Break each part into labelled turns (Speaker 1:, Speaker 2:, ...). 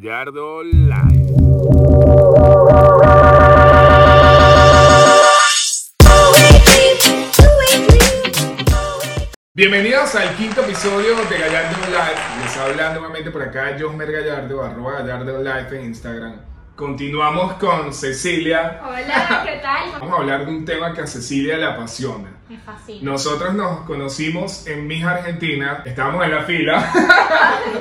Speaker 1: Gallardo Live. Bienvenidos al quinto episodio de Gallardo Live. Les habla nuevamente por acá Josmer Gallardo, arroba Gallardo Live en Instagram. Continuamos con Cecilia.
Speaker 2: Hola, ¿qué tal?
Speaker 1: Vamos a hablar de un tema que a Cecilia le apasiona.
Speaker 2: Me fascina.
Speaker 1: Nosotros nos conocimos en Mis Argentina, estábamos en la fila,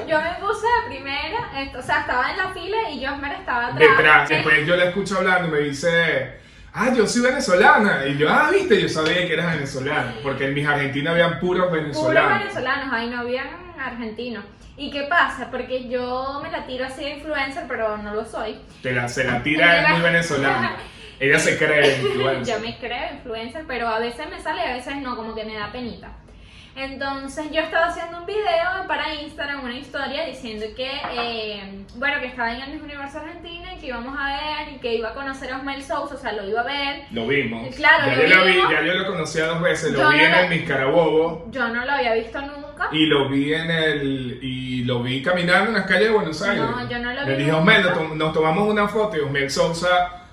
Speaker 2: Yo me puse de primera, eh, o sea, estaba en la fila y Josmer estaba atrás.
Speaker 1: detrás. Después yo la escucho hablando y me dice, ah, yo soy venezolana. Y yo, ah, viste, yo sabía que eras venezolana, porque en Mis Argentina habían puros
Speaker 2: Puros
Speaker 1: venezolanos.
Speaker 2: venezolanos, ahí no habían argentinos. ¿Y qué pasa? Porque yo me la tiro así de influencer, pero no lo soy.
Speaker 1: Te la, se la tira, es muy venezolana. Ella se cree
Speaker 2: Yo
Speaker 1: influencer.
Speaker 2: me creo influencer, pero a veces me sale y a veces no, como que me da penita. Entonces yo estaba haciendo un video para Instagram, una historia, diciendo que, eh, bueno, que estaba en el Miss Universo Argentina y que íbamos a ver y que iba a conocer a Osmel Sousa, o sea, lo iba a ver.
Speaker 1: Lo vimos.
Speaker 2: Claro,
Speaker 1: ya
Speaker 2: lo
Speaker 1: yo lo vi,
Speaker 2: vimos.
Speaker 1: ya yo lo conocí dos veces. Lo
Speaker 2: Yo
Speaker 1: vi
Speaker 2: no
Speaker 1: en
Speaker 2: la-
Speaker 1: el Miscarabobo
Speaker 2: Yo no lo había visto nunca.
Speaker 1: y lo vi en el y lo vi caminando en las calles de Buenos Aires.
Speaker 2: No, yo no lo
Speaker 1: Le
Speaker 2: vi
Speaker 1: dije,
Speaker 2: nunca.
Speaker 1: Osmel, nos tom- nos tomamos una foto y Osmel Sousa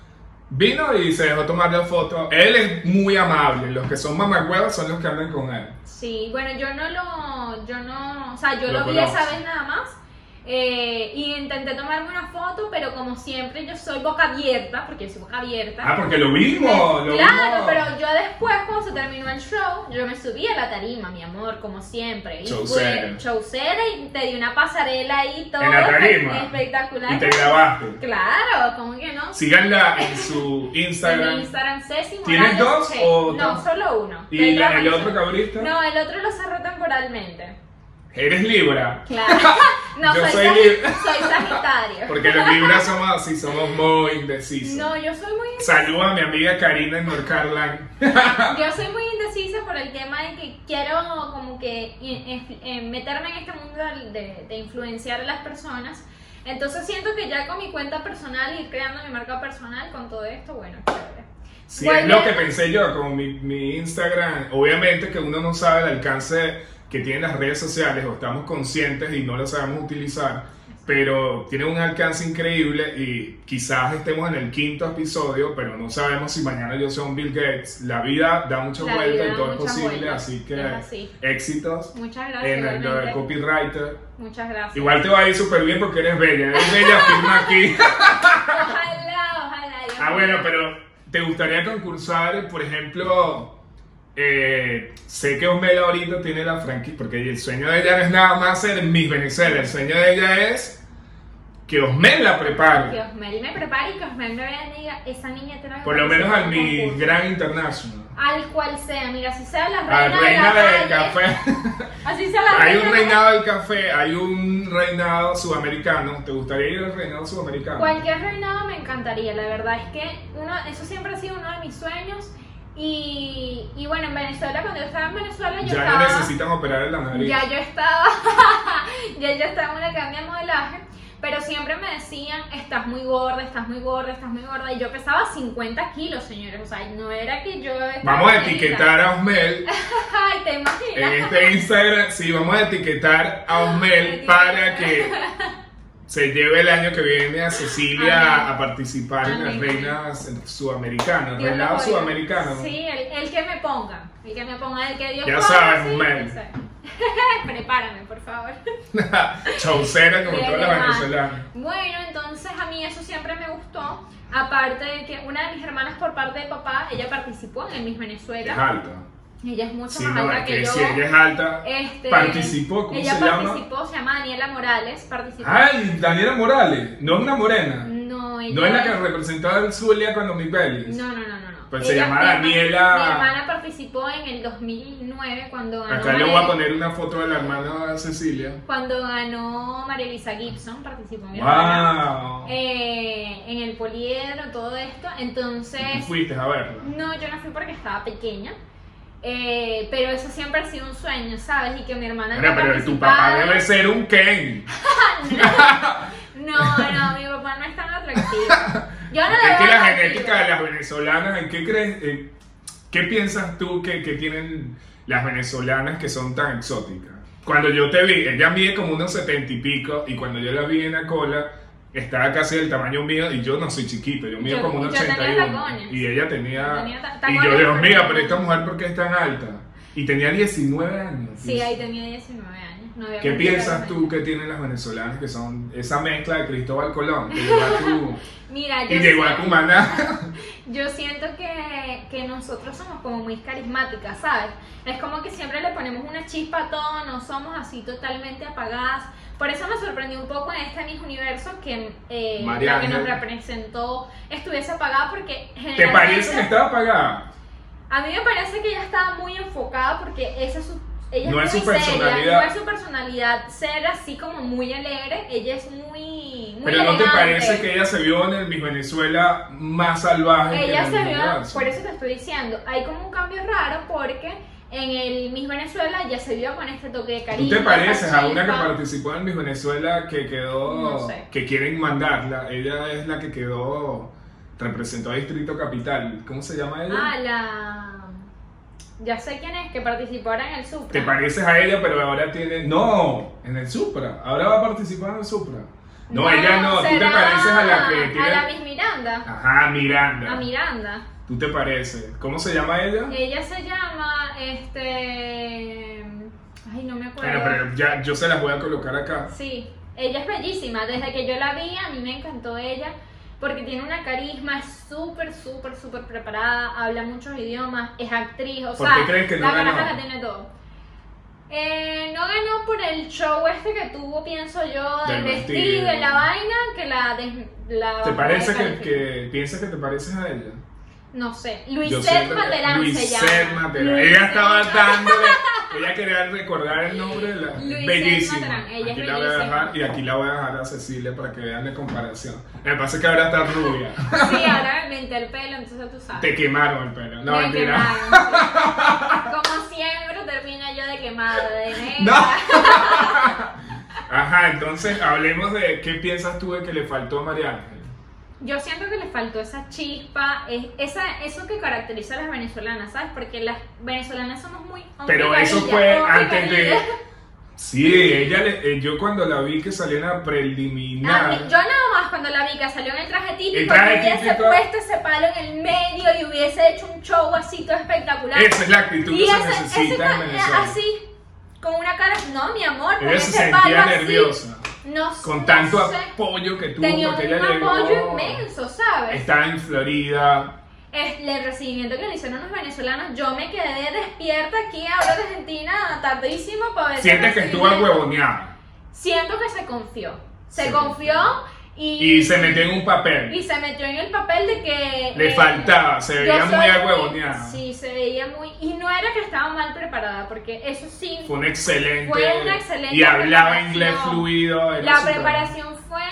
Speaker 1: vino y se dejó tomar la foto. Él es muy amable. Los que son mamagüevas son los que andan con él. Ah,
Speaker 2: Sí, bueno, yo no lo, yo no, o sea, yo
Speaker 1: Lo
Speaker 2: lo, vi
Speaker 1: conoces.
Speaker 2: esa vez nada más. eh, y intenté tomarme una foto, pero como siempre yo soy boca abierta, porque yo soy boca abierta.
Speaker 1: Ah, porque lo vimos. Lo
Speaker 2: claro,
Speaker 1: vimos.
Speaker 2: pero yo después cuando se terminó el show, yo me subí a la tarima, mi amor, como siempre. Y
Speaker 1: Showcera.
Speaker 2: fue Showcera y te di una pasarela ahí todo
Speaker 1: En la tarima.
Speaker 2: espectacular.
Speaker 1: Y te grabaste.
Speaker 2: Claro, ¿cómo que no?
Speaker 1: Síganla en su
Speaker 2: En mi
Speaker 1: Instagram.
Speaker 2: Instagram Ceci
Speaker 1: ¿Tienes
Speaker 2: Morales
Speaker 1: dos
Speaker 2: G.
Speaker 1: o
Speaker 2: No,
Speaker 1: dos?
Speaker 2: solo uno.
Speaker 1: Y
Speaker 2: Pedro
Speaker 1: la- el
Speaker 2: Alonso.
Speaker 1: otro que abriste.
Speaker 2: No, el otro lo cerró temporalmente.
Speaker 1: Eres Libra.
Speaker 2: Claro. No,
Speaker 1: Yo
Speaker 2: soy,
Speaker 1: soy
Speaker 2: sagi-
Speaker 1: libre.
Speaker 2: soy Sagitario.
Speaker 1: Porque los Libras somos así, somos muy indecisos.
Speaker 2: No, yo soy muy
Speaker 1: Saluda a mi amiga Karina en North Carolina.
Speaker 2: yo soy muy indecisa por el tema de que quiero como que in- en- en meterme en este mundo del- de, de influenciar a las personas. Entonces siento que ya con mi cuenta personal y creando mi marca personal con todo esto, bueno, chévere.
Speaker 1: Sí,
Speaker 2: Bueno.
Speaker 1: es lo que pensé yo, como mi, mi Instagram. Obviamente que uno no sabe el alcance que tienen las redes sociales o estamos conscientes y no lo sabemos utilizar, pero tiene un alcance increíble y quizás estemos en el quinto episodio, pero no sabemos si mañana yo soy un Bill Gates. La vida da muchas
Speaker 2: La
Speaker 1: vueltas
Speaker 2: vida
Speaker 1: y todo es
Speaker 2: da muchas
Speaker 1: posible,
Speaker 2: vueltas,
Speaker 1: así que
Speaker 2: es así.
Speaker 1: éxitos
Speaker 2: Muchas gracias.
Speaker 1: en el, lo del
Speaker 2: igualmente.
Speaker 1: copywriter.
Speaker 2: Muchas gracias.
Speaker 1: Igual te va a ir súper bien porque eres bella, eres bella, firma aquí.
Speaker 2: Ojalá, ojalá. Dios
Speaker 1: Ah,
Speaker 2: mío.
Speaker 1: bueno, pero ¿te gustaría concursar, por ejemplo? eh, sé que Osmela ahorita tiene la franquicia, porque el sueño de ella no es nada más ser Miss Venezuela, el sueño de ella es que Osmela
Speaker 2: Que
Speaker 1: prepare,
Speaker 2: Osmel me prepare y que Osmel me vea y diga, esa niña tiene que
Speaker 1: por lo menos al
Speaker 2: participar en un
Speaker 1: Miss
Speaker 2: concurso".
Speaker 1: Grand International,
Speaker 2: Al cual sea, mira, si sea la reina,
Speaker 1: al reina
Speaker 2: de la
Speaker 1: del
Speaker 2: calle,
Speaker 1: café.
Speaker 2: Así sea la
Speaker 1: Hay un
Speaker 2: de la
Speaker 1: reinado del café, hay un reinado sudamericano. ¿Te gustaría ir al reinado sudamericano?
Speaker 2: Cualquier reinado me encantaría, la verdad es que uno, eso siempre ha sido uno de mis sueños. Y, y bueno, en Venezuela, cuando yo estaba en Venezuela, yo
Speaker 1: Ya no
Speaker 2: estaba.
Speaker 1: necesitan operar en la nariz.
Speaker 2: ya yo estaba. ya yo estaba en una academia de modelaje. Pero siempre me decían, estás muy gorda, estás muy gorda, estás muy gorda. Y yo pesaba 50 kilos, señores. O sea, no era que yo. estaba
Speaker 1: Vamos a
Speaker 2: gordita.
Speaker 1: etiquetar a Osmel
Speaker 2: Ay, te imaginas.
Speaker 1: En este Instagram, sí, vamos a etiquetar a Osmel para que se lleve el año que viene a Cecilia
Speaker 2: Amén.
Speaker 1: a participar en las
Speaker 2: Amén.
Speaker 1: reinas sudamericanas,
Speaker 2: Dios
Speaker 1: reinado
Speaker 2: lo oiga.
Speaker 1: sudamericano.
Speaker 2: Sí, el, el que me ponga. El que me ponga, el que Dios
Speaker 1: Ya
Speaker 2: ponga,
Speaker 1: sabes,
Speaker 2: sí,
Speaker 1: Mel.
Speaker 2: yo sé. Prepárame, por favor.
Speaker 1: Chaucera como
Speaker 2: Bien,
Speaker 1: todas las
Speaker 2: hermano.
Speaker 1: venezolanas.
Speaker 2: Bueno, entonces a mí eso siempre me gustó. Aparte de que una de mis hermanas por parte de papá, ella participó en el Miss
Speaker 1: Es
Speaker 2: Venezuela.
Speaker 1: alta.
Speaker 2: Ella es mucho
Speaker 1: Sí,
Speaker 2: más
Speaker 1: no,
Speaker 2: alta
Speaker 1: es
Speaker 2: que,
Speaker 1: que
Speaker 2: yo.
Speaker 1: si ella es alta.
Speaker 2: Este,
Speaker 1: participó, ¿cómo
Speaker 2: ella
Speaker 1: se llama?
Speaker 2: participó, se llama Daniela Morales, participó.
Speaker 1: ¡Ay! Daniela Morales, no es una morena.
Speaker 2: No, ella
Speaker 1: No es la que representaba el Zulia cuando mi pelis.
Speaker 2: No, no, no, no, no.
Speaker 1: Pues se
Speaker 2: Ella-
Speaker 1: llama
Speaker 2: mi hermana-
Speaker 1: Daniela-
Speaker 2: Mi hermana participó en el 2009 cuando ganó
Speaker 1: Acá le voy a
Speaker 2: María-
Speaker 1: poner una foto de la hermana Cecilia.
Speaker 2: Cuando ganó María Elisa Gibson, participó mi hermana,
Speaker 1: ¡Wow!
Speaker 2: eh, en el poliedro, todo esto.
Speaker 1: Y tú
Speaker 2: Entonces,
Speaker 1: fuiste a verla.
Speaker 2: no, yo no fui porque estaba pequeña. eh, pero eso siempre ha sido un sueño, ¿sabes? Y que mi hermana
Speaker 1: Mira,
Speaker 2: no
Speaker 1: pero tu papá
Speaker 2: participara.
Speaker 1: debe ser un Ken.
Speaker 2: No, no, mi papá no es tan atractivo. Yo no lo
Speaker 1: Es que
Speaker 2: veo
Speaker 1: la
Speaker 2: atractivo.
Speaker 1: genética de las venezolanas, ¿en qué crees? eh, ¿Qué piensas tú que, que tienen las venezolanas que son tan exóticas? Cuando yo te vi, ella mide como unos setenta y pico, y cuando yo la vi en la cola, estaba casi del tamaño mío y yo no soy chiquito, yo mido
Speaker 2: Yo-
Speaker 1: como un
Speaker 2: yo tenía
Speaker 1: 81.
Speaker 2: tacones.
Speaker 1: Y ella tenía.
Speaker 2: Tenía ta-
Speaker 1: y
Speaker 2: tacones,
Speaker 1: yo, Dios mío,
Speaker 2: pero-
Speaker 1: pero esta mujer, ¿por qué es tan alta? Y tenía 19 años.
Speaker 2: Sí, ahí tenía 19 años. No había
Speaker 1: ¿Qué
Speaker 2: cumplido
Speaker 1: piensas
Speaker 2: los
Speaker 1: tú que tienen las venezolanas que son esa mezcla de Cristóbal Colón? Que llegó a tu,
Speaker 2: años. Mira, yo,
Speaker 1: y llegó a
Speaker 2: siento-
Speaker 1: Cumaná.
Speaker 2: yo siento que, que nosotros somos como muy carismáticas, ¿sabes? Es como que siempre le ponemos una chispa a todo, no somos así totalmente apagadas. Por eso me sorprendió un poco en este Miss Universo que eh,
Speaker 1: María
Speaker 2: la que nos
Speaker 1: Ángel.
Speaker 2: representó estuviese apagada porque
Speaker 1: ¿Te parece que
Speaker 2: generalmente...
Speaker 1: estaba apagada?
Speaker 2: A mí me parece que ella estaba muy enfocada porque esa es su, ella
Speaker 1: No
Speaker 2: es,
Speaker 1: es su
Speaker 2: muy
Speaker 1: personalidad.
Speaker 2: Seria, no es su personalidad ser así como muy alegre. Ella es muy, muy
Speaker 1: Pero no te
Speaker 2: elegante.
Speaker 1: parece que ella se vio en el Miss Venezuela más salvaje. que
Speaker 2: ella
Speaker 1: en el
Speaker 2: se
Speaker 1: Miss
Speaker 2: vio,
Speaker 1: Universo?
Speaker 2: por eso te estoy diciendo, hay como un cambio raro porque en el Miss Venezuela ella se vio con este toque de
Speaker 1: ¿Tú
Speaker 2: cariño.
Speaker 1: te pareces
Speaker 2: esa
Speaker 1: a una que
Speaker 2: chispa.
Speaker 1: participó en Miss Venezuela que quedó,
Speaker 2: No sé.
Speaker 1: que quieren mandarla? Ella es la que quedó, representó a Distrito Capital. ¿Cómo se llama ella?
Speaker 2: Ah, la... Ya sé quién es, que participó ahora en el Supra.
Speaker 1: Te pareces a ella, pero ahora tiene... No, en el Supra. Ahora va a participar en el Supra. No, ella no. Tú te
Speaker 2: será
Speaker 1: pareces a la que tiene...
Speaker 2: A la Miss Miranda.
Speaker 1: Ajá, Miranda.
Speaker 2: A Miranda. Eh,
Speaker 1: Tú te pareces. ¿Cómo se llama ella?
Speaker 2: Ella se llama, este... Ay, no me
Speaker 1: Bueno,
Speaker 2: acuerdo.
Speaker 1: pero ya yo se las voy a colocar acá.
Speaker 2: Sí, ella es bellísima. Desde que yo la vi, a mí me encantó ella. Porque tiene una carisma, es súper, súper, súper preparada, habla muchos idiomas, es actriz, o
Speaker 1: ¿Por
Speaker 2: sea,
Speaker 1: qué crees que no
Speaker 2: la
Speaker 1: ganó?
Speaker 2: caraja la tiene todo. Eh, no ganó por el show este que tuvo, pienso yo, del
Speaker 1: Del
Speaker 2: vestido,
Speaker 1: vestido.
Speaker 2: de la vaina, que la... des- la
Speaker 1: ¿Te parece que,
Speaker 2: descalificó.
Speaker 1: que piensas que te pareces a ella?
Speaker 2: No sé,
Speaker 1: Yo
Speaker 2: Luisette
Speaker 1: siento que-
Speaker 2: Materán se llama.
Speaker 1: Luisette Materán. Ella
Speaker 2: Luisette
Speaker 1: estaba dándole. Ella quería recordar el nombre de la.
Speaker 2: Luisette
Speaker 1: bellísima.
Speaker 2: Materán, ella es
Speaker 1: aquí la voy a
Speaker 2: bellísima.
Speaker 1: dejar y aquí la voy a dejar a Cecilia para que vean la comparación. Lo que pasa es que ahora está rubia.
Speaker 2: Sí, ahora me pinté el pelo, entonces tú sabes.
Speaker 1: Te quemaron el pelo. No,
Speaker 2: me
Speaker 1: mentira.
Speaker 2: quemaron. Como siempre termina yo de quemada, de negra.
Speaker 1: No. Ajá, entonces hablemos de qué piensas tú de que le faltó a María Ángel.
Speaker 2: Yo siento que le faltó esa chispa, es- esa, eso que caracteriza a las venezolanas, ¿sabes? Porque las venezolanas somos muy...
Speaker 1: Pero eso
Speaker 2: picarilla,
Speaker 1: fue
Speaker 2: muy
Speaker 1: antes de.
Speaker 2: picarilla.
Speaker 1: Sí, ella le- eh, yo cuando la vi que salió en la
Speaker 2: A
Speaker 1: preliminar.
Speaker 2: mí- yo nada más cuando la vi que salió en el traje típico,
Speaker 1: El traje
Speaker 2: que hubiese
Speaker 1: típico.
Speaker 2: puesto ese palo en el medio y hubiese hecho un show así todo espectacular.
Speaker 1: Esa es la actitud
Speaker 2: y
Speaker 1: que se
Speaker 2: ese- ese
Speaker 1: necesita en
Speaker 2: con-
Speaker 1: Venezuela.
Speaker 2: así, con una cara, no mi amor, con
Speaker 1: Ella se
Speaker 2: ese palo
Speaker 1: sentía
Speaker 2: así,
Speaker 1: nerviosa.
Speaker 2: no sé,
Speaker 1: Con tanto
Speaker 2: no sé.
Speaker 1: apoyo que tuvo
Speaker 2: Tenía un
Speaker 1: porque ella llegó.
Speaker 2: apoyo inmenso, pues. ¿sabes?
Speaker 1: Estaba en Florida.
Speaker 2: Es- El recibimiento que le hicieron los venezolanos, yo me quedé despierta aquí ahora de Argentina tardísimo para ver. ese
Speaker 1: Sientes que estuvo
Speaker 2: recibimiento.
Speaker 1: huevoneada.
Speaker 2: Siento que se confió. Se
Speaker 1: Se
Speaker 2: confió y,
Speaker 1: Y se metió en un papel.
Speaker 2: y se metió en el papel de que.
Speaker 1: Le
Speaker 2: eh,
Speaker 1: faltaba, se
Speaker 2: yo
Speaker 1: veía
Speaker 2: soy-
Speaker 1: muy agüevoneada.
Speaker 2: Sí, se veía muy. Y no era que estaba mal preparada, porque eso sí.
Speaker 1: Fue un excelente.
Speaker 2: Fue una excelente
Speaker 1: y hablaba
Speaker 2: preparación.
Speaker 1: inglés fluido. era
Speaker 2: La
Speaker 1: súper-
Speaker 2: preparación fue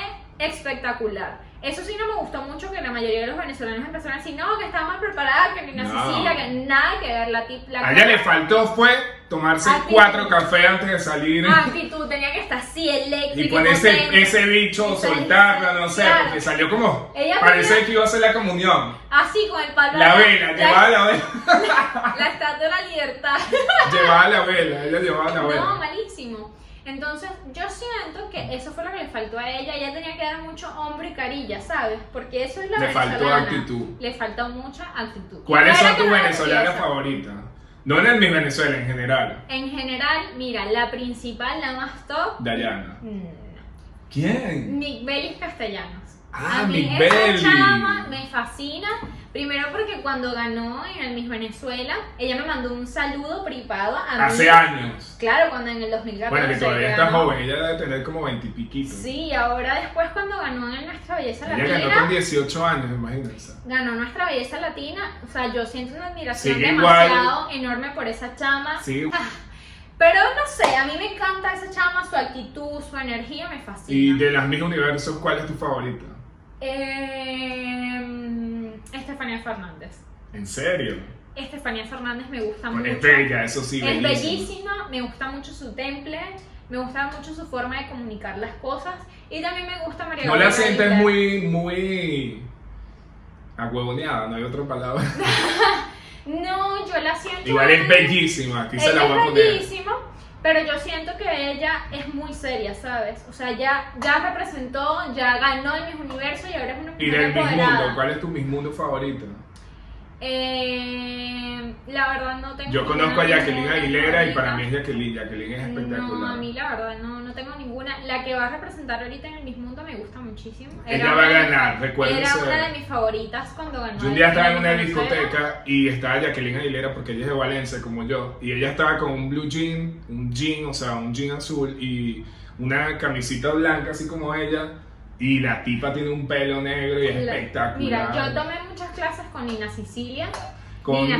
Speaker 2: espectacular. Eso sí no me gustó mucho que la mayoría de los venezolanos empezaron a decir, no, que estaba mal preparada, que ni una
Speaker 1: No.
Speaker 2: Cecilia, que nada que ver la tip. La
Speaker 1: A ella le faltó fue tomarse
Speaker 2: Actitud.
Speaker 1: cuatro cafés antes de salir.
Speaker 2: Actitud, tenía que estar así, eléctrica.
Speaker 1: Y con ese,
Speaker 2: potente.
Speaker 1: ese bicho,
Speaker 2: Esa-
Speaker 1: soltarla, no sé,
Speaker 2: Claro.
Speaker 1: porque salió como.
Speaker 2: Ella
Speaker 1: Parece
Speaker 2: tenía-
Speaker 1: que iba a hacer la comunión.
Speaker 2: Así, con el palo.
Speaker 1: La
Speaker 2: de-
Speaker 1: vela, llevaba la vela.
Speaker 2: la, la estatua de la libertad.
Speaker 1: Llevaba la vela, ella llevaba la vela.
Speaker 2: No, malísimo. Entonces, yo siento que eso fue lo que le faltó a ella. Ella tenía que dar mucho hombre y carilla, ¿sabes? Porque eso es la
Speaker 1: Le faltó
Speaker 2: venezolana.
Speaker 1: actitud.
Speaker 2: Le faltó mucha actitud.
Speaker 1: ¿Cuáles
Speaker 2: Claro
Speaker 1: son
Speaker 2: que
Speaker 1: tus
Speaker 2: no era
Speaker 1: venezolanas
Speaker 2: graciosa.
Speaker 1: favoritas? No en el Miss Venezuela en general,
Speaker 2: En general, mira, la principal, la más top,
Speaker 1: Dayana.
Speaker 2: mm,
Speaker 1: ¿Quién?
Speaker 2: Migbelis Castellanos.
Speaker 1: Ah,
Speaker 2: a mí
Speaker 1: Migbelis.
Speaker 2: esa chama me fascina. Primero porque cuando ganó en el Miss Venezuela, ella me mandó un saludo privado a mí.
Speaker 1: Hace años.
Speaker 2: Claro, cuando en el 2014.
Speaker 1: Bueno, que todavía
Speaker 2: ella
Speaker 1: está
Speaker 2: ganó.
Speaker 1: joven, ella debe tener como veintipiquito.
Speaker 2: Sí, ahora después cuando ganó en Nuestra Belleza
Speaker 1: Ella ganó
Speaker 2: Latina,
Speaker 1: con 18 años, imagínense.
Speaker 2: ganó Nuestra Belleza Latina, o sea, yo siento una admiración
Speaker 1: Sigue igual.
Speaker 2: demasiado enorme por esa chama.
Speaker 1: Sí.
Speaker 2: Ah, Pero no sé, a mí me encanta esa chama, su actitud, su energía me
Speaker 1: Y
Speaker 2: fascina.
Speaker 1: de las Miss Universos, ¿cuál es tu favorita?
Speaker 2: Eh, Estefanía Fernández.
Speaker 1: ¿En serio?
Speaker 2: Estefanía Fernández me gusta
Speaker 1: Bueno,
Speaker 2: mucho.
Speaker 1: Es bella, eso sí,
Speaker 2: Ah, es
Speaker 1: bellísima.
Speaker 2: bellísima, me gusta mucho su temple, me gusta mucho su forma de comunicar las cosas y también me gusta María
Speaker 1: No la
Speaker 2: Gabriela
Speaker 1: sientes
Speaker 2: Aguilar.
Speaker 1: muy, muy... Ahuevoneada, no hay otra palabra.
Speaker 2: No, yo la siento.
Speaker 1: Igual es
Speaker 2: bella.
Speaker 1: bellísima, aquí se la voy a
Speaker 2: Ella es
Speaker 1: poner.
Speaker 2: bellísima, Pero yo siento que ella es muy seria, ¿sabes? O sea, ya, ya representó, ya ganó el Miss Universo y ahora es una
Speaker 1: Y
Speaker 2: mujer
Speaker 1: del Miss Mundo,
Speaker 2: empoderada.
Speaker 1: ¿cuál es tu Miss Mundo favorito?
Speaker 2: Eh, la verdad no tengo
Speaker 1: Yo conozco a
Speaker 2: ninguna
Speaker 1: Jacqueline
Speaker 2: mujer
Speaker 1: Aguilera y para mí
Speaker 2: favorita.
Speaker 1: es Jacqueline. Jacqueline es
Speaker 2: No, a
Speaker 1: espectacular.
Speaker 2: mí la verdad no, no tengo ninguna. La que va a representar ahorita en el Miss Mundo me gusta muchísimo.
Speaker 1: Ella va a
Speaker 2: una de-
Speaker 1: ganar,
Speaker 2: Era
Speaker 1: recuérdense.
Speaker 2: una de mis favoritas cuando ganó.
Speaker 1: Yo un
Speaker 2: el
Speaker 1: día estaba en
Speaker 2: Miss
Speaker 1: una
Speaker 2: Venezuela.
Speaker 1: discoteca y estaba Jacqueline Aguilera porque ella es de Valencia como yo y ella estaba con un blue jean, un jean, o sea, un jean azul y una camisita blanca así como ella y la tipa tiene un pelo negro y es
Speaker 2: La-
Speaker 1: espectacular.
Speaker 2: Mira, yo tomé muchas clases con Nina Sicilia.
Speaker 1: con
Speaker 2: Nina,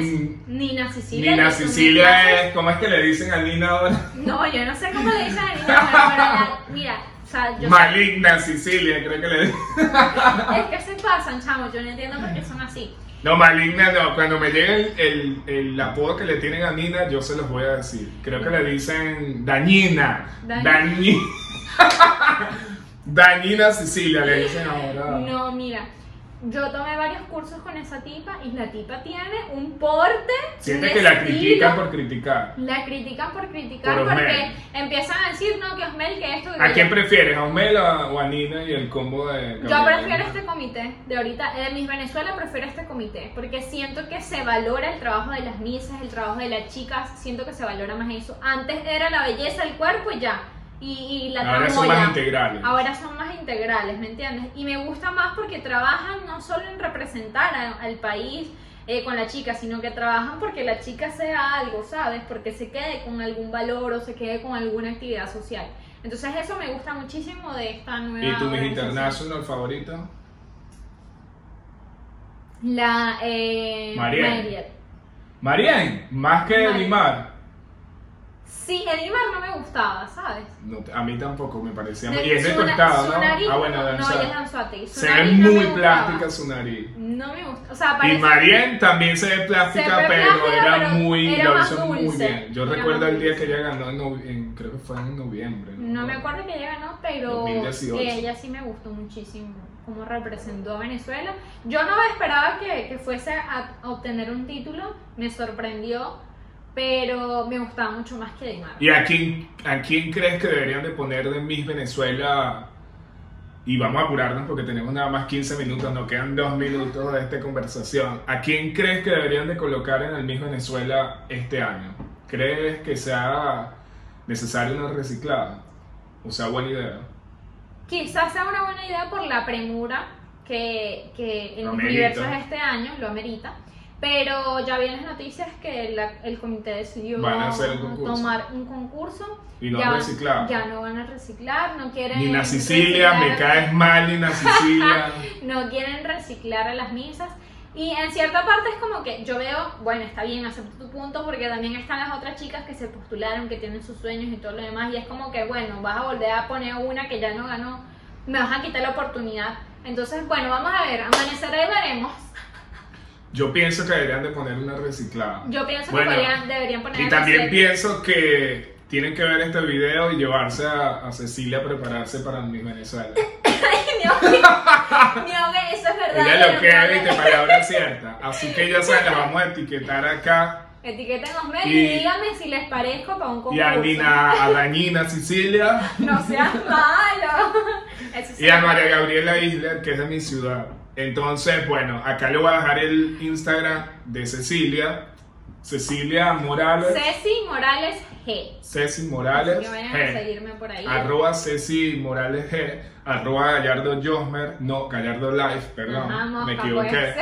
Speaker 2: Nina Sicilia.
Speaker 1: Nina
Speaker 2: yo tomé
Speaker 1: Sicilia
Speaker 2: clases-
Speaker 1: es, ¿cómo es que le dicen a Nina ahora?
Speaker 2: No, yo no sé cómo le dicen a Nina, pero bueno, la- mira, o sea, yo
Speaker 1: Maligna Sicilia, creo que le dicen.
Speaker 2: es que se pasan, chamos, yo no entiendo por qué son así.
Speaker 1: No, maligna no. Cuando me llegue el, el- el apodo que le tienen a Nina, yo se los voy a decir. Creo que le dicen dañina.
Speaker 2: Dañi-
Speaker 1: Dañi- dañina Sicilia, le dicen ahora.
Speaker 2: No, mira, yo tomé varios cursos con esa tipa y la tipa tiene un porte.
Speaker 1: Siente
Speaker 2: un
Speaker 1: que la
Speaker 2: estilo.
Speaker 1: critican por criticar.
Speaker 2: La critican por criticar
Speaker 1: Por
Speaker 2: porque
Speaker 1: Osmel.
Speaker 2: empiezan a decir, no, que Osmel, que esto, que
Speaker 1: ¿A
Speaker 2: yo-
Speaker 1: quién prefieres? ¿A Omel o a- o a Nina y el combo de...
Speaker 2: Yo prefiero este comité de ahorita, eh, de Miss Venezuela prefiero este comité, porque siento que se valora el trabajo de las misas, el trabajo de las chicas, siento que se valora más eso. Antes era la belleza, el cuerpo y ya, y, y la
Speaker 1: Ahora son más
Speaker 2: tramoya.
Speaker 1: integrales.
Speaker 2: Ahora son más integrales, ¿me entiendes? Y me gusta más porque trabajan no solo en representar a- al país eh, con la chica, sino que trabajan porque la chica sea algo, ¿sabes? Porque se quede con algún valor o se quede con alguna actividad social. Entonces eso me gusta muchísimo de esta nueva...
Speaker 1: ¿Y tu Miss
Speaker 2: organización.
Speaker 1: International favorito?
Speaker 2: La... Eh,
Speaker 1: Mariel.
Speaker 2: Mariel.
Speaker 1: Marien, más que
Speaker 2: Marien.
Speaker 1: Limar.
Speaker 2: Sí, Edimar no me gustaba, ¿sabes?
Speaker 1: No, a mí tampoco me parecía.
Speaker 2: De-
Speaker 1: Y es de tu
Speaker 2: su na-
Speaker 1: estado,
Speaker 2: su
Speaker 1: ¿no?
Speaker 2: nariz
Speaker 1: ah, bueno,
Speaker 2: no,
Speaker 1: de
Speaker 2: no,
Speaker 1: Anzá.
Speaker 2: ella es danzate. Su
Speaker 1: Se ve
Speaker 2: nariz no me
Speaker 1: muy
Speaker 2: gustaba.
Speaker 1: plástica su nariz.
Speaker 2: No me gusta. O sea,
Speaker 1: Y
Speaker 2: parece...
Speaker 1: Marien también se ve plástica,
Speaker 2: Se ve
Speaker 1: pero
Speaker 2: plástica,
Speaker 1: era
Speaker 2: pero
Speaker 1: muy,
Speaker 2: era
Speaker 1: lo
Speaker 2: más
Speaker 1: hizo muy
Speaker 2: dulce.
Speaker 1: bien. Yo
Speaker 2: Era
Speaker 1: recuerdo
Speaker 2: más
Speaker 1: el día
Speaker 2: dulce.
Speaker 1: que ella ganó, en novi- en- creo que fue en noviembre.
Speaker 2: No me acuerdo que ella ganó, pero
Speaker 1: 2018.
Speaker 2: ella sí me gustó muchísimo cómo representó a Venezuela. Yo no esperaba que, que fuese a obtener un título, me sorprendió, pero me gustaba mucho más que Dimar.
Speaker 1: ¿Y a quién, a quién crees que deberían de poner de Miss Venezuela? Y vamos a apurarnos porque tenemos nada más 15 minutos, nos quedan dos minutos de esta conversación. ¿A quién crees que deberían de colocar en el Miss Venezuela este año? ¿Crees que sea necesario una reciclada? O sea, buena idea.
Speaker 2: Quizás sea una buena idea por la premura que, que el
Speaker 1: Lo
Speaker 2: universo
Speaker 1: amerita.
Speaker 2: es este año, lo amerita. Pero ya vi en las noticias que la- el comité decidió
Speaker 1: Van a hacer un concurso.
Speaker 2: tomar un concurso.
Speaker 1: Y no
Speaker 2: ya,
Speaker 1: reciclada.
Speaker 2: ya no van a reciclar, no quieren.
Speaker 1: Nina Sicilia, me
Speaker 2: reciclar-
Speaker 1: caes mal, Nina Sicilia.
Speaker 2: no quieren reciclar a las misas. Y en cierta parte es como que yo veo, bueno, está bien, acepto tu punto, porque también están las otras chicas que se postularon, que tienen sus sueños y todo lo demás, y es como que, bueno, vas a volver a poner una que ya no ganó, me vas a quitar la oportunidad. Entonces, bueno, vamos a ver, amanecerá y veremos.
Speaker 1: Yo pienso que deberían de poner una reciclada.
Speaker 2: Yo pienso
Speaker 1: Bueno,
Speaker 2: que podrían- deberían poner
Speaker 1: Y
Speaker 2: a
Speaker 1: también
Speaker 2: hacer-
Speaker 1: pienso que tienen que ver este video y llevarse a, a Cecilia a prepararse para el Miss Venezuela.
Speaker 2: Ni ahogué, ni ahogué, eso es verdad.
Speaker 1: Ella lo
Speaker 2: pero no
Speaker 1: que viste,
Speaker 2: ahogué.
Speaker 1: palabra cierta. Así que ya saben, la vamos a etiquetar acá.
Speaker 2: Etiqueten los medios
Speaker 1: Y-
Speaker 2: y díganme si les parezco para un concurso.
Speaker 1: Y a Nina, a Dañina Sicilia
Speaker 2: No seas malo. Eso sí
Speaker 1: y a
Speaker 2: es
Speaker 1: María
Speaker 2: malo.
Speaker 1: Gabriela Isla, que es de mi ciudad. Entonces, bueno, acá le voy a dejar el Instagram de Cecilia. Cecilia Morales.
Speaker 2: Ceci Morales G.
Speaker 1: Ceci
Speaker 2: Así
Speaker 1: Morales.
Speaker 2: que vayan
Speaker 1: G.
Speaker 2: a seguirme por ahí.
Speaker 1: Arroba Ceci Morales G, arroba Gallardo Josmer, no, Gallardo Live, perdón,
Speaker 2: Ajá, mosca,
Speaker 1: me equivoqué.
Speaker 2: pues.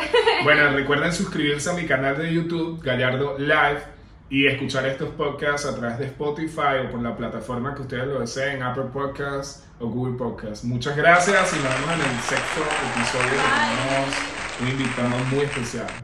Speaker 1: Bueno, recuerden suscribirse a mi canal de YouTube, Gallardo Live, y escuchar estos podcasts a través de Spotify o por la plataforma que ustedes lo deseen, Apple Podcasts o Google Podcasts. Muchas gracias y nos vemos en el sexto episodio. que
Speaker 2: Bye.
Speaker 1: Tenemos un invitado muy especial.